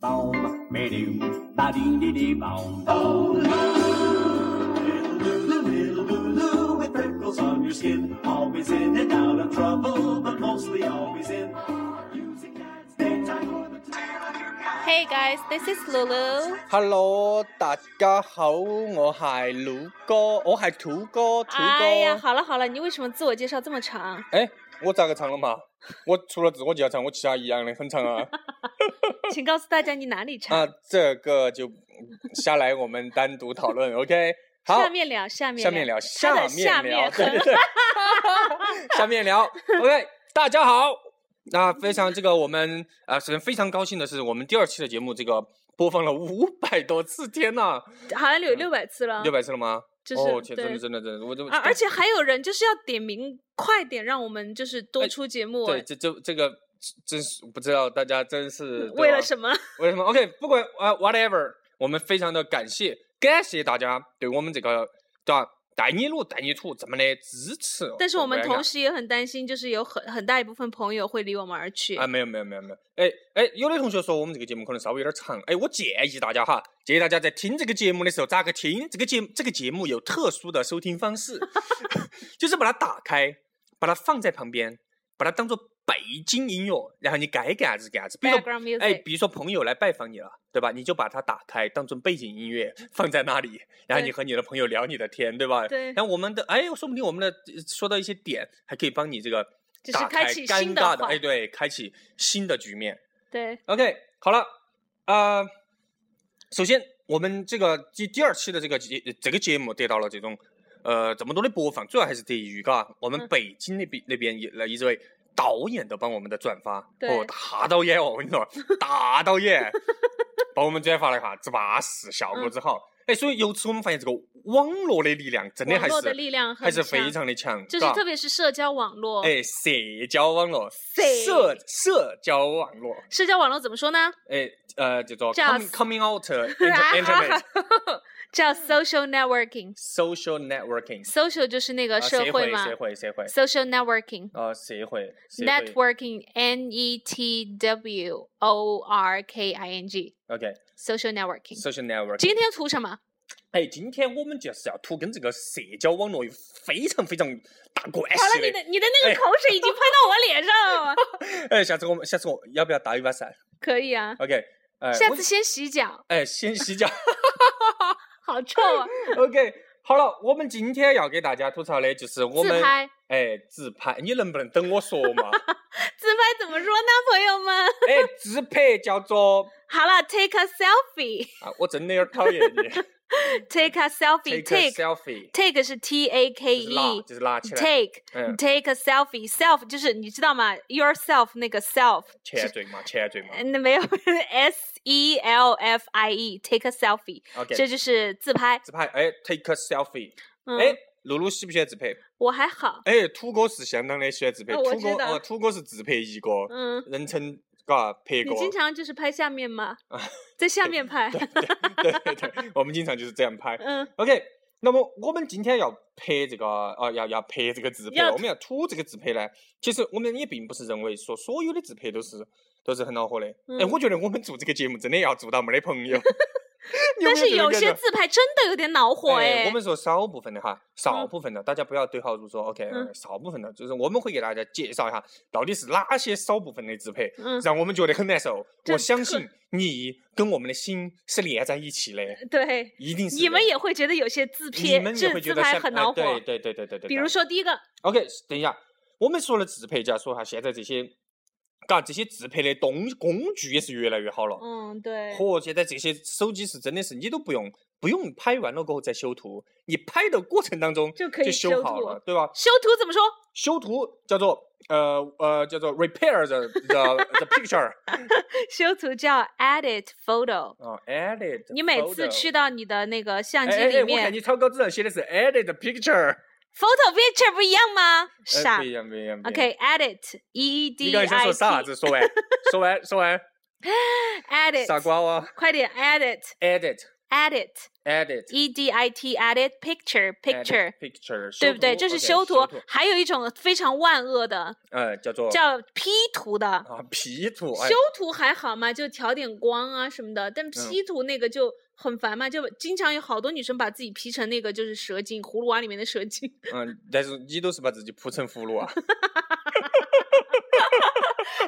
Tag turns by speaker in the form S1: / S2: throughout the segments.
S1: Boom, ba-doom, ba-dee-dee-dee, boom, boom. Little Lulu, little Lulu, with freckles on your skin. Always in and out of trouble, but mostly always in. Using dad's daytime for the
S2: Hey guys, this is Lulu。
S3: Hello，大家好，我係魯哥，我係土哥，土
S2: 哎呀，
S3: 哥。
S2: 好了好了，你为什么自我介绍这么 长？
S3: 哎、我咋个唱了嘛？我除了自我介绍唱，我其他一样的很 长啊。
S2: 请告诉大家你哪里
S3: 啊
S2: 长。，
S3: 这个就下来我们单独讨论，OK？好，
S2: 下面聊，下面
S3: 下面聊，
S2: 它
S3: 下
S2: 的下
S3: 面聊，
S2: 面
S3: 对
S2: 很
S3: 对对，下面 聊。OK，大家好，那非常这个我们啊，首先非常高兴的是，我们第二期的节目这个播放了五百多次，天呐，
S2: 好像有六百次了
S3: 嗯六。百次了吗？
S2: 啊就是
S3: 哦，天，真的
S2: 对
S3: 真的真的，我就
S2: 啊，而且还有人就是要点名，快点让我们就是多出节目。
S3: 哎
S2: 哎
S3: 对，这这这个真是不知道大家真是
S2: 嗯为了
S3: 么？
S2: 什 么？
S3: 为什么？OK，不管啊、w h a t e v e r 我们非常的感谢感谢大家对我们这个对吧？带你路带你途这么的支持哦。
S2: 但是我们
S3: 感
S2: 同时也很担心，就是有很很大一部分朋友会离我们而去。
S3: 啊，没有没有没有没有，哎哎，有的同学说我们这个节目可能稍微有点长，哎，我建议大家哈，建议大家在听这个节目的时候咋个听？这个节这个节目有特殊的收听方式， 就是把它打开，把它放在旁边，把它当做背景音乐，然后你该干啥子干啥子。比如说
S2: Background music，、
S3: 哎，比如说朋友来拜访你了，对吧？你就把它打开，当成背景音乐放在那里，然后你
S2: 嗯对
S3: 和你的朋友聊你的天，对吧？
S2: 对，
S3: 然后我们的哎，说不定我们的呃说到一些点，还可以帮你这个
S2: 就是
S3: 打
S2: 开
S3: 开
S2: 启
S3: 尴
S2: 新的
S3: 尬的
S2: 话
S3: 哎，对，开启新的局面。
S2: 对，
S3: OK，好了，啊、首先我们这个第第二期的这个节这个节目得到了这种呃这么多的播放，主要还是得益于嘎我们
S2: 嗯
S3: 北京那边、那边也来一位导演的帮我们的转发，
S2: 对
S3: 哦，大导演哦，我跟 你说，大导演帮我们转发了一下，这巴适，效果
S2: 嗯
S3: 之好。哎，所以由此我们发现这个网络的力量真的
S2: 网
S3: 还
S2: 络的
S3: 是
S2: 力量很
S3: 还是非
S2: 强，
S3: 常的强，
S2: 就是
S3: 嘎
S2: 特别是社交网络。
S3: 哎社交网络，
S2: 社
S3: 社社交网络。
S2: 社交网络怎么说呢？
S3: 诶，呃，叫做
S2: 叫
S3: coming coming out inter- internet 嗯
S2: 叫 social networking。
S3: social networking，
S2: social 就是那个
S3: 啊
S2: 社会嘛、
S3: 社会社会
S2: s o c i a l networking。
S3: 呃社会社会
S2: Networking, N E T W O R K I N G,
S3: OK
S2: social networking。
S3: social networking。
S2: 今天图什么？
S3: 哎，今天我们就是要图跟这个社交网络有非常非常大关
S2: 好
S3: 系
S2: 了，你的
S3: 的。
S2: 你的那个口水已经喷到我脸上 了。
S3: 哎，下次我们下次我要不要打一把伞
S2: 可以啊，
S3: ？OK，哎，
S2: 下
S3: 我
S2: 次先洗脚，
S3: 哎先洗脚。
S2: 好臭啊！
S3: OK，好了，我们今天要给大家吐槽的就是 我
S2: 自
S3: 们
S2: 拍，
S3: 哎自拍，你能不能等我说嘛？
S2: 自拍怎么说呢，朋友们？
S3: 哎，自拍叫做
S2: 好了，take a selfie,
S3: 啊，我真的有点讨厌你。
S2: take a selfie,
S3: take
S2: take
S3: a selfie，
S2: take 是 T A K
S3: 就是拉
S2: E。
S3: 就是拉起来，
S2: Take
S3: 嗯，
S2: take a selfie self 就是你知道吗？yourself 那个 self
S3: 前缀嘛，前缀嘛。
S2: 嗯，那没有 S E L F I E take a selfie，这
S3: OK，
S2: 就是自拍。
S3: 啊自拍，哎，take a selfie，哎
S2: 嗯，，
S3: 露露喜不喜欢自拍？
S2: 我还好，
S3: 哎，土哥是相当的喜欢自拍，
S2: 哦我
S3: 土哥
S2: 知道
S3: 哦，土哥是自拍一哥，
S2: 嗯，
S3: 人称嘎拍哥
S2: 你。经常就是拍下面吗？
S3: 啊
S2: 在下面拍，
S3: 对 对对，我们经常就是这样拍。
S2: 嗯，
S3: OK，那么我们今天要拍这个啊，要要拍这个自拍，
S2: 要
S3: 我们要吐这个自拍呢。其实我们也并不是认为说所有的自拍都是都是很恼火的。哎，
S2: 嗯
S3: 我觉得我们做这个节目真的要做到没得朋 友。 你
S2: 但是
S3: 没有
S2: 有
S3: 这种
S2: 些
S3: 感觉
S2: 自拍真的有点恼火
S3: 哎，
S2: 哎
S3: 我。们说少部分的哈，少部分的，大家不要对号入座。OK，
S2: 嗯
S3: 呃少部分的，就是我们会给大家介绍一下到底是哪些少部分的自拍，
S2: 嗯，
S3: 让我们觉得很难受。
S2: 这
S3: 我相
S2: 特
S3: 信你跟我们的心是连在一起的，
S2: 对，
S3: 一定是
S2: 你们
S3: 的
S2: 也会觉得有些自
S3: 你
S2: 拍
S3: 们也
S2: 这
S3: 会觉
S2: 自
S3: 得
S2: 拍
S3: 像
S2: 很
S3: 哎
S2: 恼火。
S3: 对对对对对对。
S2: 比如
S3: 对
S2: 说第一个，
S3: ，OK，等一下，我们说了自拍，就要说一下现在这些，嘎，这些自拍的东工具也是越来越好了。
S2: 嗯，对，
S3: 嚯，现在这些手机是真的是你都不用不用拍完了过后再修图，你拍的过程当中
S2: 就可以
S3: 修
S2: 修
S3: 好
S2: 图
S3: 了，对吧？
S2: 修图怎么说？
S3: 修图叫做呃呃叫做 repair the the the picture
S2: 修图叫 edit photo。
S3: 啊、edit。
S2: 你每次去。到你的那个相
S3: 哎
S2: 机
S3: 哎哎！
S2: 里
S3: 我看
S2: 面
S3: 你草稿纸上写的是 edit the picture，
S2: ，photo picture 不一样吗？
S3: 呃
S2: 傻
S3: 不一样不一样。不一样
S2: OK，edit e
S3: 你
S2: d
S3: 刚才想
S2: i
S3: 说
S2: t
S3: 啥子？ 说完，说完，说完，
S2: edit，
S3: 傻瓜哇哦
S2: 快点 edit，
S3: ！edit
S2: edit
S3: edit
S2: e d i t edit picture picture，
S3: edit picture，
S2: 对不对？
S3: 修
S2: 这是
S3: OK，
S2: 修
S3: 图，
S2: 还有一种非常万恶的
S3: 呃，叫做
S2: 叫 P 图的。
S3: 啊 P 图，哎
S2: 修图还好嘛，就调点光啊什么的，
S3: 嗯
S2: 但 P 图那个就很烦嘛，就经常有好多女生把自己 P 成那个就是蛇精，葫芦娃里面的蛇精。
S3: 嗯，但是你都是把自己铺成葫芦啊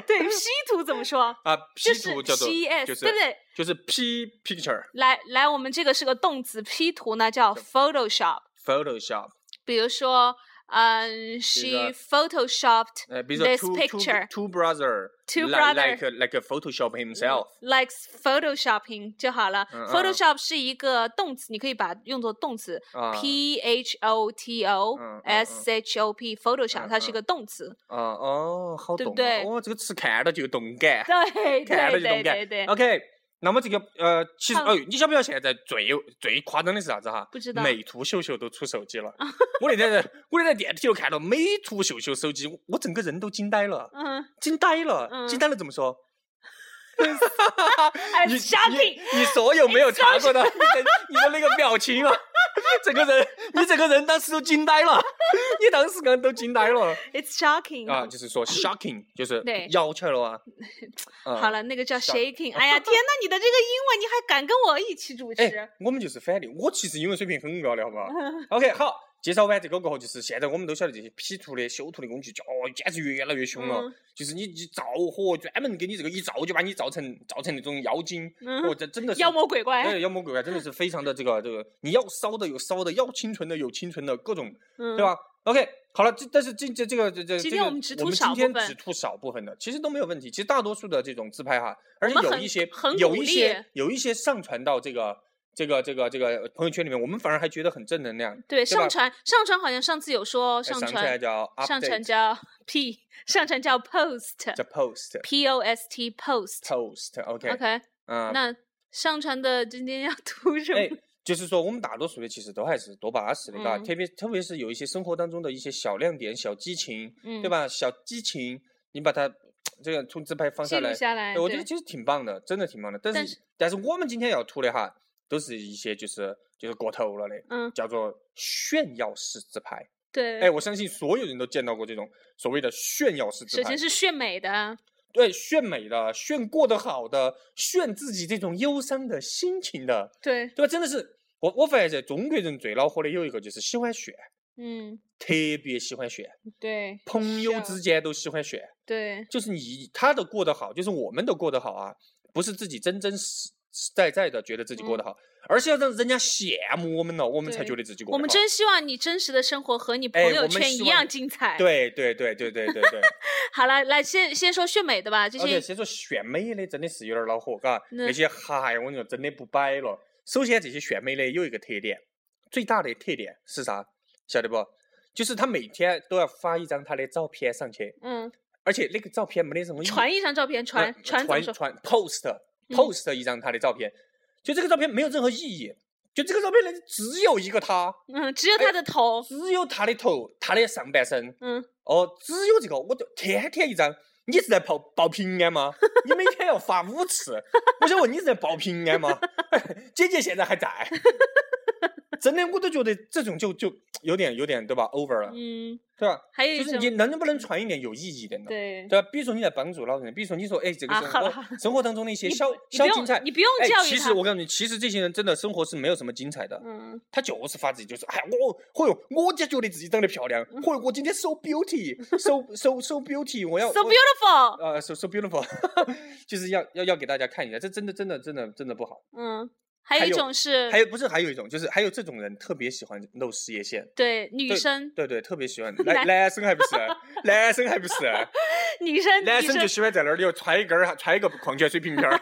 S2: 对，P 图怎么说？
S3: 啊
S2: 就
S3: P
S2: 是
S3: 图叫做
S2: PS，
S3: 就是
S2: 对不对？
S3: 就是 P picture
S2: 来来，我们这个是个动词，P 图呢叫 Photoshop。
S3: Photoshop，
S2: 比如说，嗯、s h
S3: 比如
S2: e
S3: 说
S2: photoshopped
S3: 呃，比如说
S2: This
S3: two
S2: picture.
S3: two two brother
S2: Two
S3: li-
S2: brother.
S3: like like a Photoshop himself，
S2: likes photoshopping 就好了。
S3: 嗯嗯嗯
S2: Photoshop 是一个动词，你可以把它用作动词。
S3: 啊
S2: P H O T O
S3: 嗯嗯嗯
S2: S H O P Photoshop，它是一个动词。
S3: 啊哦，好
S2: 对
S3: 懂
S2: 不
S3: 啊，
S2: 对
S3: 哦，这个词看到就动感。
S2: 对
S3: 看
S2: 对
S3: 了就
S2: 对对
S3: 懂感
S2: 对，
S3: OK，那么这个呃，其实
S2: 好
S3: 哎呦，你晓不晓得现在最有最夸张的是啥子哈？
S2: 不知道
S3: 美图秀秀都出手 机了。我那天在我那天在电梯里看到美图秀秀手机，我我整个人都惊呆了，
S2: 嗯，
S3: 惊呆了，
S2: 嗯
S3: 惊呆了怎么说？
S2: 哎
S3: 你
S2: ，shopping，
S3: 你你所有没有查过的你的你的那个表情啊， 整个人你整个人当时都惊呆了，你当时刚都惊 呆了
S2: it's shocking
S3: 啊！就是说 shocking，就是
S2: 对
S3: 要去 了啊。啊
S2: 好了，那个叫
S3: shock
S2: shaking。哎呀，天呐，你的这个英文你还敢跟我一起主
S3: 哎
S2: 持？，
S3: 我们就是反的。我其实英文水平很高的，好 不好？OK，好。介绍完这个过后，就是现在我们都晓得这些 P 图的、修图的工具，就哦，简直越来越凶了。
S2: 嗯
S3: 就是你一造火，专门给你这个一造就把你造成造成那种妖精，
S2: 嗯
S3: 哦，这真的是
S2: 妖魔鬼怪。
S3: 对妖魔鬼怪，真的是非常的这个这个，你要骚的有骚的，要清纯的有清纯的，各种
S2: 嗯，
S3: 对吧？OK，好了，这但是这这这个这这，
S2: 今
S3: 这
S2: 天
S3: 个
S2: 我们只吐
S3: 我们
S2: 少
S3: 今天
S2: 部分
S3: 只吐少部分的，其实都没有问题。其实大多数的这种自拍哈，而且
S2: 们
S3: 有
S2: 很
S3: 一些
S2: 很
S3: 有
S2: 鼓
S3: 一
S2: 励
S3: 些有一些上传到这个这个这个这个朋友圈里面，我们反而还觉得很正能量。
S2: 对，
S3: 对吧
S2: 上传上传好像上次有说
S3: 哎
S2: 上
S3: 出来
S2: 传
S3: 叫 update,
S2: 上传叫 P，上 传叫 post
S3: 叫 post
S2: P O S T post。
S3: post OK
S2: OK，
S3: 嗯，
S2: 那上传的今天要 读什
S3: 哎
S2: 么？，
S3: 就是说我们大多数的其实都还是多巴适的，嘎、
S2: 嗯
S3: 特别特别是有一些生活当中的一些小亮点、小激情，
S2: 嗯，
S3: 对？吧？小激情，你把它这个从自拍放
S2: 嗯记
S3: 下
S2: 录
S3: 来。哎
S2: 下来，
S3: 对，我觉得
S2: 哎对，
S3: 其实挺棒的，真的挺棒的。但是
S2: 但
S3: 但
S2: 是
S3: 是我们今天要吐的哈，都是一些就是就是过头了的，
S2: 嗯，
S3: 叫做炫耀式自拍。
S2: 对。
S3: 哎，我相信所有人都见到过这种所谓的炫耀式自
S2: 首
S3: 拍
S2: 先，是炫美的，
S3: 对，炫美的、炫过得好的、炫自己这种忧伤的心情的，
S2: 对，
S3: 对吧？真的是我我发现中国人最恼火的有一个就是喜欢炫，
S2: 嗯，
S3: 特别喜欢炫，
S2: 对，
S3: 朋友
S2: 是啊
S3: 之间都喜欢炫。
S2: 对，
S3: 就是你他的过得好，就是我们的过得好啊，不是自己真真实实在在的觉得自己过得好，而是要让人家羡慕我们了，我们
S2: 嗯
S3: 才
S2: 对
S3: 觉得自己过得好。
S2: 我们真希望你真实的生活和你朋
S3: 哎
S2: 友
S3: 我们
S2: 圈
S3: 希
S2: 一
S3: 望
S2: 样精彩。，
S3: 对对对对对对对，
S2: 好了，来先先说炫美的吧，这
S3: 而且
S2: 些
S3: 哦先说炫美的真的是有点儿恼火，嘎，
S2: 那
S3: 那些嗨，我跟你说真的不摆了。首先，这些炫美的有一个特点，最大的特点是啥？晓得不？就是他每天都要发一张他的照片上去，
S2: 嗯，
S3: 而且那个照片没得什么意义。
S2: 传一张照片，传
S3: 呃
S2: 传怎么
S3: 传
S2: 说？嗯
S3: 传 post post 一张他的照片，就这个照片没有任何意义，就这个照片里只有一个他，
S2: 嗯，
S3: 哎
S2: 只有他的头，
S3: 只有他的头，他的上半身，
S2: 嗯，
S3: 哦，只有这个，我就天天一张。你是在报报平安吗？你每天要发五次，我想问你是在报平安吗？ 姐姐现在还在，真的我都觉得这种就就有点有点对吧？over 了，
S2: 嗯，
S3: 对吧？
S2: 还有一
S3: 就是
S2: 种
S3: 啊你能不能传一点有意义的呢？
S2: 对，
S3: 对吧？比如说你在帮助老人，比如说你说，哎，这个
S2: 啊
S3: 生活、
S2: 好了好
S3: 生活当中的一些
S2: 你
S3: 小
S2: 不你
S3: 小
S2: 不
S3: 精
S2: 用
S3: 彩，
S2: 你不用
S3: 哎
S2: 教育
S3: 其
S2: 他
S3: 实我告诉你，其实这些人真的生活是没有什么精彩的，
S2: 嗯，
S3: 他就是发自己就是，哎，我，嚯哟，我就觉得自己长得漂亮，
S2: 嗯
S3: 嚯哟，我今天 so beauty，so so so beauty，我要
S2: so
S3: 我
S2: beautiful，
S3: 呃，so so beautiful，就是要要要给大家看一下，这真的真的真的真的不好。
S2: 嗯，还有
S3: 还
S2: 一
S3: 有
S2: 种是
S3: 还有不是还有一种就是还有这种人特别喜欢露事业线，
S2: 对女
S3: 对
S2: 生，
S3: 对对，特别 喜欢
S2: 男
S3: 男男生还不是男啊生还不是。
S2: 女生，
S3: 男
S2: 女
S3: 啊生
S2: 生，
S3: 就喜欢在那儿里头揣一根儿，揣一个矿泉水瓶瓶儿。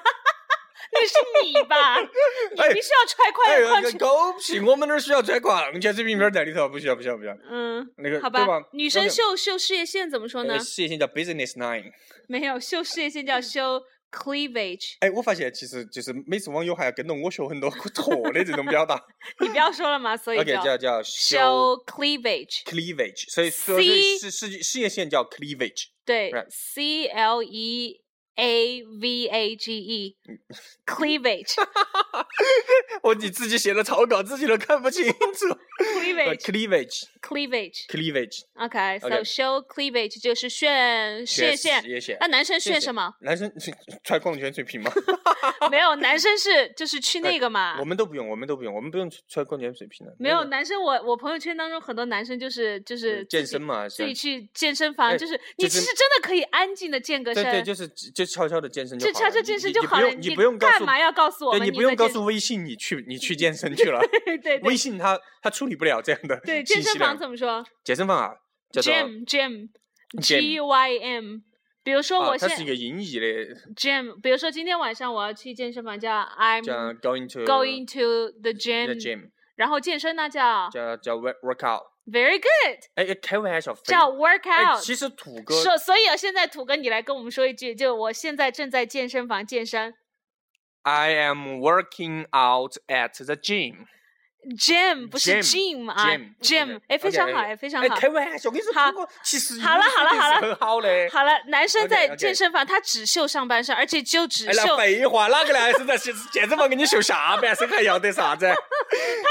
S2: 那是你吧？你
S3: 哎
S2: 必须要 揣
S3: 哎
S2: 快矿
S3: 呦，
S2: 泉，
S3: 狗屁！我们那儿需要揣矿泉水瓶瓶儿在里头，不需要，不需要，不需要。
S2: 嗯，
S3: 那个
S2: 好
S3: 对吧？
S2: 女
S3: 那
S2: 生
S3: 个
S2: 秀秀事业线怎么说呢
S3: 呃？事业线叫 business line。
S2: 没有，秀事业线 叫秀 cleavage，
S3: 哎，我发现其实就是每次网友还要跟着我学很多 错的这种表达。
S2: 你不要说了嘛，所以
S3: OK，
S2: 叫
S3: 叫叫
S2: show cleavage，
S3: cleavage，所以说
S2: C-
S3: 是是事业线叫 cleavage。
S2: 对
S3: right
S2: ，C L E A V A G E
S3: 嗯
S2: cleavage
S3: 我你自己写的草稿，自己都看不清楚。 呃
S2: cleavage
S3: cleavage
S2: cleavage。
S3: cleavage
S2: OK，so、
S3: OK
S2: show cleavage 就是炫
S3: 谢
S2: 炫
S3: 谢
S2: 炫。
S3: 谢谢
S2: 那。男生
S3: 谢
S2: 炫
S3: 谢
S2: 什么？
S3: 男生穿矿泉水 瓶吗？
S2: 没 有，男生是就是去那个嘛
S3: 我。们都不用，我们都不用，我们不用穿矿泉水瓶的。
S2: 没有，男生我我朋友圈当中很多男生就是就是
S3: 嗯健
S2: 自己
S3: 身嘛，
S2: 自
S3: 是
S2: 己去健身房，
S3: 哎
S2: 就是你
S3: 就
S2: 其
S3: 是
S2: 实真的可以安静的健个身，
S3: 对对，就是就悄悄的健身就
S2: 就
S3: 好了。
S2: 悄悄
S3: 你
S2: 健身
S3: 你
S2: 就
S3: 你
S2: 好
S3: 不
S2: 了。
S3: 用你不用告
S2: 干
S3: 诉
S2: 嘛要告诉我
S3: 对
S2: 们？
S3: 你不用
S2: 在
S3: 告
S2: 健
S3: 诉微信你去 你去健身去了，
S2: 对对
S3: 微
S2: 对
S3: 信它它处理不了这样的
S2: 对，
S3: 信
S2: 健
S3: 息
S2: 身房
S3: 量
S2: 怎么说
S3: 健身房啊，叫做
S2: ？gym gym
S3: Gym
S2: g y m。比如说
S3: 啊，
S2: 我
S3: 它
S2: 现
S3: 是一个音译的，
S2: gym，比如说今天晚上我要去健身房，叫 I'm
S3: 叫 going to
S2: going to the
S3: the
S2: 嗯 gym，
S3: gym，
S2: 然后健身呢叫
S3: 叫叫 work workout。
S2: very good，
S3: 哎，哎开玩笑，肥
S2: 叫
S3: 哎
S2: workout。
S3: 其实土哥
S2: 所所以啊，现在土哥你来跟我们说一句，就我现在正在健身房健身
S3: I am working out at the gym。
S2: ，gym 不是
S3: Gym，
S2: gym 啊
S3: gym，
S2: ，gym，
S3: OK，
S2: 哎，非常好，
S3: OK，OK
S2: 哎，非常
S3: 哎，
S2: 好。
S3: 开玩笑，我跟你说，
S2: 好
S3: 土哥其实
S2: 好了好了好了
S3: 很好嘞。
S2: 好了，男生在
S3: OK，OK
S2: 健身房他只秀上半身，而且就只
S3: 哎，那
S2: 秀
S3: 废话，哪个男生在健健身房给你秀下半身还要得啥 子？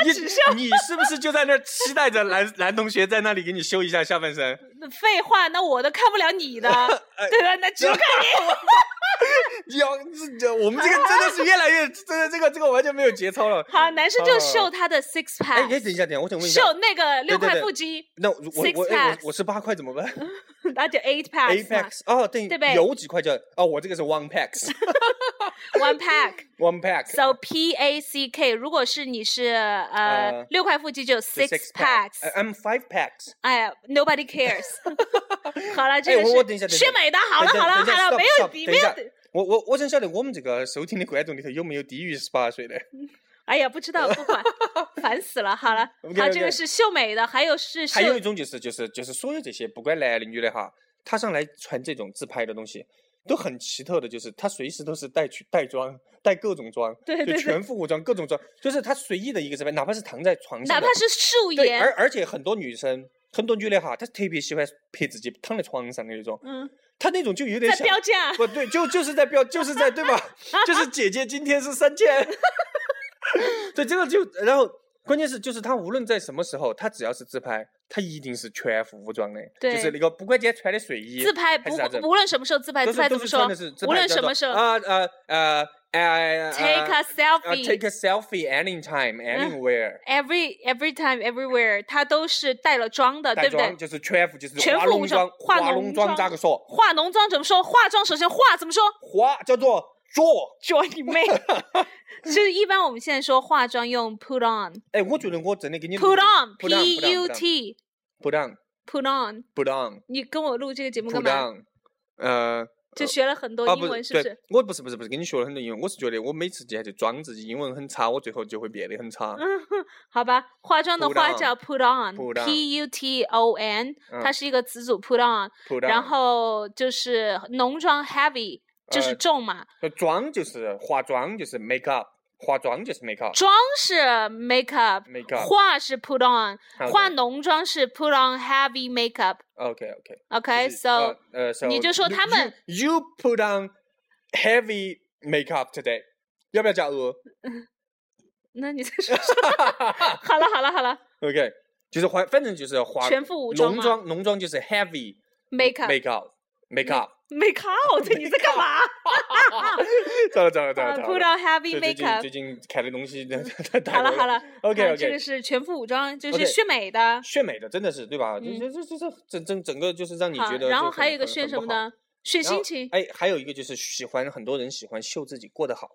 S3: 你 你是不是就在那儿期待着男男同学在那里给你秀一下下半身？
S2: 废话，那我都看不了你的，
S3: 哎
S2: 对吧？那只有看
S3: 要这这我们这个真的是越来越，真的这个这个完全没有节 操了。
S2: 好，男生就
S3: 好
S2: 秀他的 six
S3: 哎，哎，
S2: pack，
S3: 等一下，等一下，我想问一下，
S2: 秀那个六
S3: 对对
S2: 块
S3: 对
S2: 腹肌，
S3: 那我我
S2: six
S3: 我哎我
S2: packs
S3: 我是八块怎么办
S2: 那就 eight packs 嘛
S3: ？Apex 哦，对
S2: 对呗
S3: 有几块叫哦，我这个是 one packs
S2: one pack。
S3: one pack
S2: So P A C K，如果是你是呃
S3: 呃
S2: 六块腹肌，就有
S3: 是
S2: six
S3: pack，哎
S2: packs。
S3: I'm five packs。
S2: 哎呀，nobody cares。好了，这
S3: 哎
S2: 个
S3: 我我等一下
S2: 是
S3: 等一
S2: 学
S3: 下
S2: 美的。好了，
S3: 等一下
S2: 好了，
S3: 等一下
S2: 好了，
S3: stop，
S2: 没有
S3: stop，
S2: 底，
S3: 等
S2: 没
S3: 一
S2: 有
S3: 下
S2: 底。
S3: 我我我真晓得我们这个收听的观众里头有没有低于十八岁的？
S2: 哎呀，不知道，不管，烦死了。好 了，好，
S3: OK，OK
S2: 这个是秀美的，还有是秀
S3: 还有一种就是就是就是所有这些不管男的女的哈，他上来穿这种自拍的东西，都很奇特的，就是他随时都是带去带妆，带各种妆，
S2: 对对
S3: 就
S2: 对
S3: 全副武装，各种妆，就是他随意的一个自拍，哪怕是躺在床上
S2: 哪
S3: 的，
S2: 怕是素
S3: 对，而
S2: 颜，
S3: 而且很多女生。很多女的哈，她特别喜欢拍自己躺在床上的那种，
S2: 嗯，
S3: 她那种就有点
S2: 在
S3: 像
S2: 标价。
S3: 不对，就就是在标，就是在对吧？就是姐姐今天是三千， 对，这个就然后关键是就是他无论在什么时候，他只要是自拍，他一定是全副武装的，就是
S2: 对
S3: 那个不管今天穿的睡衣，
S2: 自拍
S3: 还
S2: 不
S3: 是啥子，
S2: 无论什么时候自拍，
S3: 都
S2: 自
S3: 是
S2: 拍怎
S3: 都
S2: 么
S3: 是
S2: 说
S3: 穿的是，自？
S2: 无
S3: 拍
S2: 论
S3: 叫
S2: 什
S3: 做
S2: 么时候
S3: 啊呃呃呃
S2: ，take a 嗯
S3: 呃
S2: selfie。
S3: take a selfie anytime anywhere，
S2: Every every time everywhere，他都是带了妆的，
S3: 带
S2: 对不对
S3: 妆？就是全副就是
S2: 全
S3: 化
S2: 副
S3: 浓
S2: 武装
S3: 妆，
S2: 化
S3: 化
S2: 浓
S3: 浓妆
S2: 妆
S3: 咋个说？
S2: 化浓妆怎么说？化妆首先化怎么说？
S3: 化叫做做。
S2: 妆你妹！就是一般我们现在说化妆用 put on，put
S3: 哎，我觉得我真的给你
S2: on，p
S3: put on put on
S2: u t
S3: put on
S2: put on。
S3: put on
S2: 你跟我录这个节目
S3: put
S2: 干嘛？
S3: on，呃，
S2: 就学了很多
S3: 啊
S2: 英
S3: 不
S2: 文，是不
S3: 对
S2: 是？
S3: 我不是不是不是跟你学了很多英文，我是觉得我每次进来就装自己英文很差，我最后就会变得很差。
S2: 嗯好吧，化妆的
S3: put
S2: 话
S3: on
S2: 叫 put
S3: put on
S2: on，p u t o n，
S3: 嗯
S2: 它是一个词组 put on。
S3: put on，
S2: 然后就是浓妆 heavy，就是
S3: 呃
S2: 重嘛。
S3: 呃妆就是化妆就是 make up，化妆就是 make up，
S2: 妆是 makeup，
S3: make up
S2: 化是 put on，
S3: 好的
S2: 化浓妆是 put on heavy makeup。
S3: OK OK。就是呃
S2: OK，so
S3: 呃，so
S2: 哎你就说
S3: you-
S2: 他们
S3: you, you put on heavy make up today，要不要加鹅
S2: 那你再说说。 好了好了好了
S3: ？OK，就是化，反正就是化
S2: 全副武装
S3: 浓
S2: 嘛
S3: 妆，浓妆就是 heavy
S2: ，makeup
S3: make up make up。
S2: make out，你在干嘛啊
S3: 糟了糟了糟了糟了
S2: ？Put on heavy
S3: 对最近
S2: makeup
S3: 最。近看的 东西太太
S2: 好了
S3: 多
S2: 好了
S3: ，OK
S2: 好这个
S3: OK，
S2: 是全副武装，就是
S3: OK
S2: 炫美的。
S3: 炫美的真的是对吧？
S2: 嗯
S3: 这这这这整整整个就是让你
S2: 好，
S3: 觉得，
S2: 然后还有一个炫什么？呢？炫
S3: 很
S2: 心情。
S3: 哎，还有一个就是喜欢很多人喜欢秀自己过得好，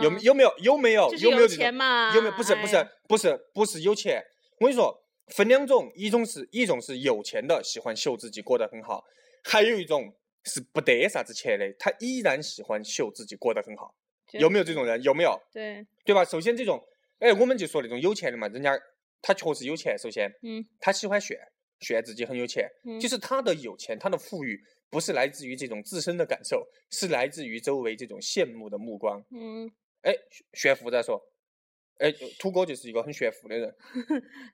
S3: 有
S2: 嗯
S3: 有没有有没有
S2: 就是
S3: 有没有这
S2: 钱
S3: 种？
S2: 嘛？
S3: 有没有不是
S2: 哎
S3: 不是不是不是有钱？我跟你说，分两种，一种是一种是有钱的喜欢秀自己过得很好，还有一种是不得啥子钱的，他依然喜欢秀自己过得很好。
S2: 就
S3: 有没有这种人？有没有？
S2: 对，
S3: 对吧？首先这种，哎，我们就说那种有钱的嘛，人家他确实有钱，首先，
S2: 嗯，
S3: 他喜欢炫炫自己很有钱，
S2: 嗯
S3: 就是他的有钱，他的富裕不是来自于这种自身的感受，是来自于周围这种羡慕的目光。
S2: 嗯
S3: 哎，炫富再说，哎，土哥就是一个很炫富的人，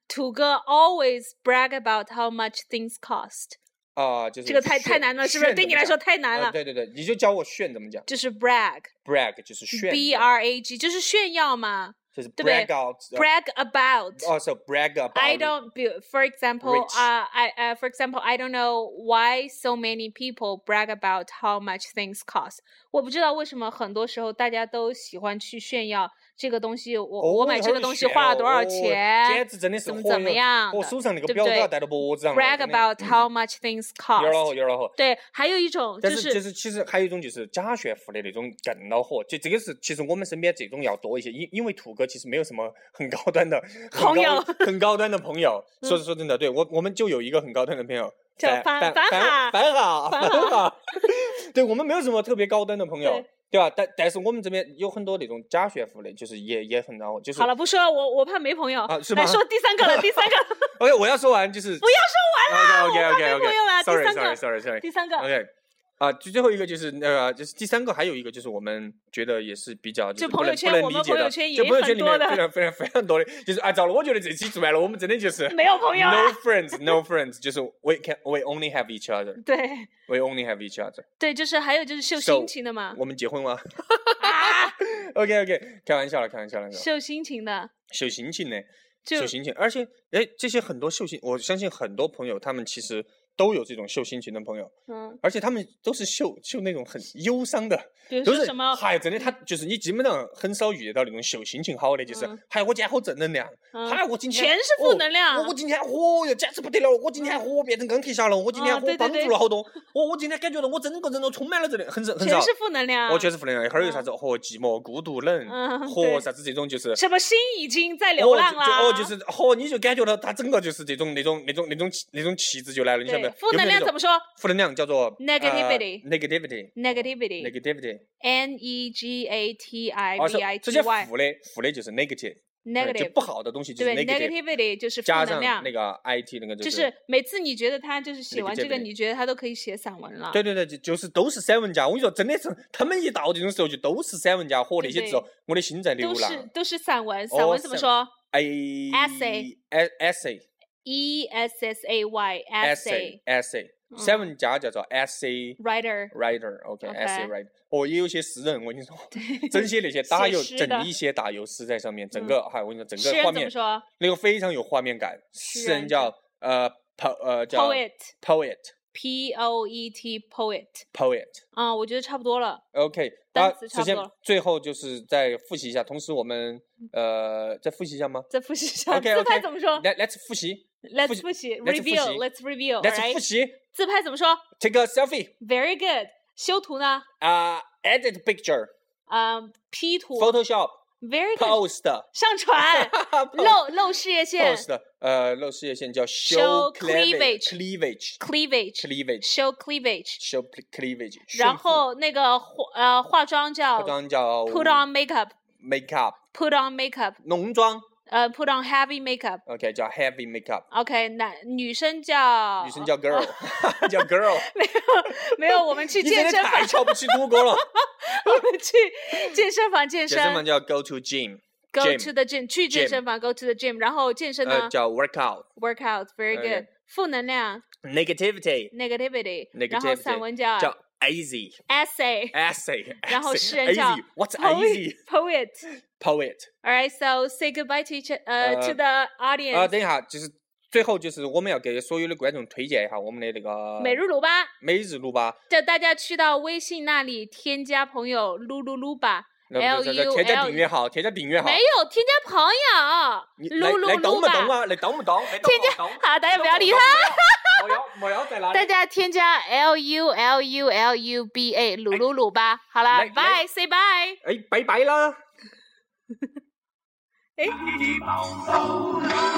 S2: 土哥 always brag about how much things cost。
S3: 啊，就是
S2: 这个太太
S3: 炫
S2: 难了，是不是？
S3: 炫
S2: 对
S3: 怎
S2: 你
S3: 么
S2: 来说
S3: 讲
S2: 太难
S3: 呃
S2: 了。
S3: 对对对，你就教我炫怎么讲
S2: 就是 brag，b
S3: ，brag 就是炫嘛，
S2: r a g，就是炫耀嘛。
S3: 就是
S2: 不对
S3: brag out，呃
S2: brag about。
S3: also brag Oh, about
S2: I
S3: it
S2: don't, be- for example,
S3: Rich.
S2: uh, I, uh, for example, I don't know why so many people brag about how much things cost. 我不知道为什么很多时候大家都喜欢去炫耀这个东西，我、
S3: 哦
S2: 我买这个东西花了多少钱，
S3: 简直真的是
S2: 怎么
S3: 火
S2: 怎么
S3: 哟
S2: 样
S3: 我
S2: 的
S3: 手上那个
S2: 对不
S3: 表都
S2: 对
S3: 要戴到脖子上了。
S2: brag
S3: 真的嗯
S2: about how much things
S3: 有点火，
S2: cost。
S3: 有点火。
S2: 对，还有一种就
S3: 但是就是其实还有一种就是假炫富的那种更恼火，就这个是其实我们身边这种要多一些，因因为兔哥其实没有什么很高端的很
S2: 朋
S3: 高
S2: 友
S3: 很高端的朋友。说
S2: 嗯
S3: 说真的，对我我们就有一个很高端的朋友，
S2: 叫
S3: 凡
S2: 樊
S3: 樊
S2: 樊哈
S3: 樊哈
S2: 樊
S3: 樊哈，对我们没有什么特别高端的朋友
S2: 对。
S3: 对吧？但但是我们这边有很多那种假炫富的，就是也也很恼火，就是
S2: 好了，不说了，我我怕没朋友。
S3: 啊是吗
S2: 来说第三个了，第三个，
S3: OK，我要说完就是不 要说完
S2: 我怕
S3: OK
S2: 没
S3: OK
S2: 朋友了第
S3: OK。Sorry
S2: 三个
S3: Sorry Sorry Sorry
S2: 第三 个
S3: OK。啊，最最后一个就是那个、就是第三个，还有一个就是我们觉得也是比较
S2: 就是朋
S3: 不
S2: 友
S3: 能不
S2: 圈
S3: 能
S2: 我
S3: 理
S2: 们
S3: 解
S2: 朋
S3: 的，
S2: 友圈
S3: 就
S2: 也
S3: 朋友
S2: 很
S3: 圈里
S2: 多
S3: 面
S2: 的
S3: 非常非常非常多的，就是按照了，我觉得这期做完了，我们真的就是
S2: 没有朋友啊了。
S3: no friends no friends，就是 we can we only have each other
S2: 对
S3: we only have each other。
S2: 对，就是还有就是秀
S3: So-
S2: 心情的嘛，
S3: 我们结婚吗
S2: 啊，
S3: ？OK OK，开玩笑了，开玩笑了，开玩 笑
S2: 秀心情的，
S3: 秀心情呢？
S2: 就
S3: 秀心情，而且哎，这些很多秀心，我相信很多朋友他们其实都有这种秀心情的朋友。
S2: 嗯，
S3: 而且他们都是秀秀那种很忧伤的，
S2: 比如
S3: 都
S2: 说
S3: 是
S2: 什么，
S3: 嗨，真的，他就是你基本上很少遇到那种秀心情好的，就是
S2: 嗯
S3: 嗨，我今天好正能量，
S2: 嗯
S3: 嗨，我今天
S2: 全是
S3: 哦
S2: 负能量嗯
S3: 我我今天嚯哟，简直不得了，我今天嚯变成钢铁侠了，我今天
S2: 啊对
S3: 嚯
S2: 对
S3: 帮助
S2: 对
S3: 了好多，哦我我今天感觉到我整个人都充满了正能，很少很少
S2: 全，是负能量，
S3: 我全是负能量，一会儿有啥子嚯寂寞、孤独、冷，
S2: 嗯
S3: 嚯
S2: 对
S3: 啥子这种就是。
S2: 什么心已经在流
S3: 哦，
S2: 浪
S3: 就
S2: 啦，
S3: 就哦，就是嚯，你就感觉到他整个就是这种那种那种那种气那种气质就来了，你晓
S2: 对
S3: 不晓，得？
S2: 负能量
S3: 有没有那种
S2: 怎么说
S3: 负能量叫做
S2: Negativity
S3: 呃 negativity
S2: ？Negativity。
S3: negativity，
S2: N E G A T I
S3: 而
S2: V
S3: 且
S2: I
S3: 哦这
S2: T
S3: 些
S2: Y
S3: 负的负的就是 negative，呃就
S2: negative
S3: 不好的东西就是
S2: 对 negativity 就是负
S3: 加
S2: 能
S3: 上
S2: 量
S3: 那，个 IT 那个
S2: 就是是每次你觉得他就是写完这个，
S3: Negativity
S2: 你觉得他都可以写散文了。
S3: 对对对，就就是都是散文家。我跟你说，真的是他们一到这种时候就都是散文家和那
S2: 对
S3: 些
S2: 对
S3: 之后，我的心在流
S2: 都是
S3: 浪。
S2: 都是散文，
S3: 哦
S2: 散文怎么
S3: 散
S2: 说
S3: 哎
S2: essay
S3: e essay
S2: ？E S S A Y
S3: essay
S2: essay
S3: essay
S2: 嗯
S3: 散文家叫做 essay
S2: writer，
S3: writer，OK
S2: OK
S3: essay writer。哦，也有些诗人，我跟你 说，真些那些打
S2: 写
S3: 油
S2: 诗
S3: 整
S2: 的嗯
S3: 一些打油诗在上面，整个哈，我跟你说，整
S2: 诗
S3: 个画
S2: 人怎
S3: 面
S2: 么说
S3: 那个非常有画面感，
S2: 诗
S3: 诗人
S2: 人
S3: 叫呃 po 呃叫
S2: ？Poet。
S3: poet
S2: P O E T poet
S3: poet。
S2: 啊、我觉得差不多了。
S3: OK，
S2: 单
S3: 啊，
S2: 词差
S3: 首
S2: 不
S3: 先
S2: 多了
S3: 最后就是再复习一下，同时我们
S2: 嗯
S3: 呃再复习一下吗
S2: 再复习一下
S3: OK，OK
S2: 自拍怎么说
S3: ？Let Let's 复习
S2: Let's
S3: 习
S2: 复习
S3: let's 复习
S2: ，reveal，Let's
S3: ，Let's 复
S2: reveal，right？
S3: 习
S2: 自拍怎么说
S3: ，Take a selfie，
S2: ？Very good。修图呢？
S3: 啊，Edit picture，Photoshop，
S2: 嗯、P 图。Very good。
S3: Post，，
S2: 上传 露露事业线
S3: Post，呃，露事业线叫
S2: Show
S3: cleavage，cleavage，cleavage，show
S2: ，cleavage。Show cleavage。
S3: cleavage，炫
S2: 然
S3: 富
S2: 后那个化呃化妆叫
S3: 化妆叫
S2: put on makeup，put
S3: make up，
S2: on makeup，
S3: 浓妆
S2: 呃 put on heavy makeup。
S3: ，OK 叫 heavy make up。
S2: OK，男女生叫
S3: 女生叫 girl，叫 girl，
S2: 没有没有，我们去
S3: 你真
S2: 健
S3: 的
S2: 身
S3: 太
S2: 房。
S3: 瞧不起土哥了。
S2: 我们去健身房健
S3: 健身房
S2: 身
S3: 叫 go to gym，
S2: ，go
S3: gym
S2: to the gym，去健
S3: gym
S2: 身房，go to the gym，然后健身
S3: 呃
S2: 呢
S3: 叫 workout。
S2: ，workout，very
S3: OK
S2: good，负能量
S3: Negativity
S2: ，negativity，然后
S3: Negativity
S2: 散文叫
S3: 叫 easy
S2: essay。
S3: essay，
S2: 啊 然后
S3: essay，
S2: 诗人叫
S3: easy What's easy
S2: Poet, poet.
S3: poet？
S2: All right, so say goodbye to each, uh, to
S3: 呃
S2: the
S3: 啊，
S2: audience.
S3: 等一下，就是最后就是我们要给所有的观众推荐一下我们的那个
S2: 每日鲁吧，
S3: 每日录吧，
S2: 叫大家去到微信那里添加朋友噜噜噜吧，
S3: 那不是
S2: LU
S3: 添加订阅号，添加订阅号
S2: 没。有添加朋
S3: 你
S2: 友
S3: 来
S2: 噜噜
S3: 来懂
S2: 噜
S3: 不懂
S2: 吧。
S3: 啊？来懂不懂？
S2: 添加好，大家不要理他。
S3: 没有没有在哪里
S2: 大？家添加 L U L U L U B A 鲁鲁鲁吧。好了
S3: 来来
S2: ，bye say bye。
S3: 哎，拜拜啦！
S1: Dee-dee-boom-boom.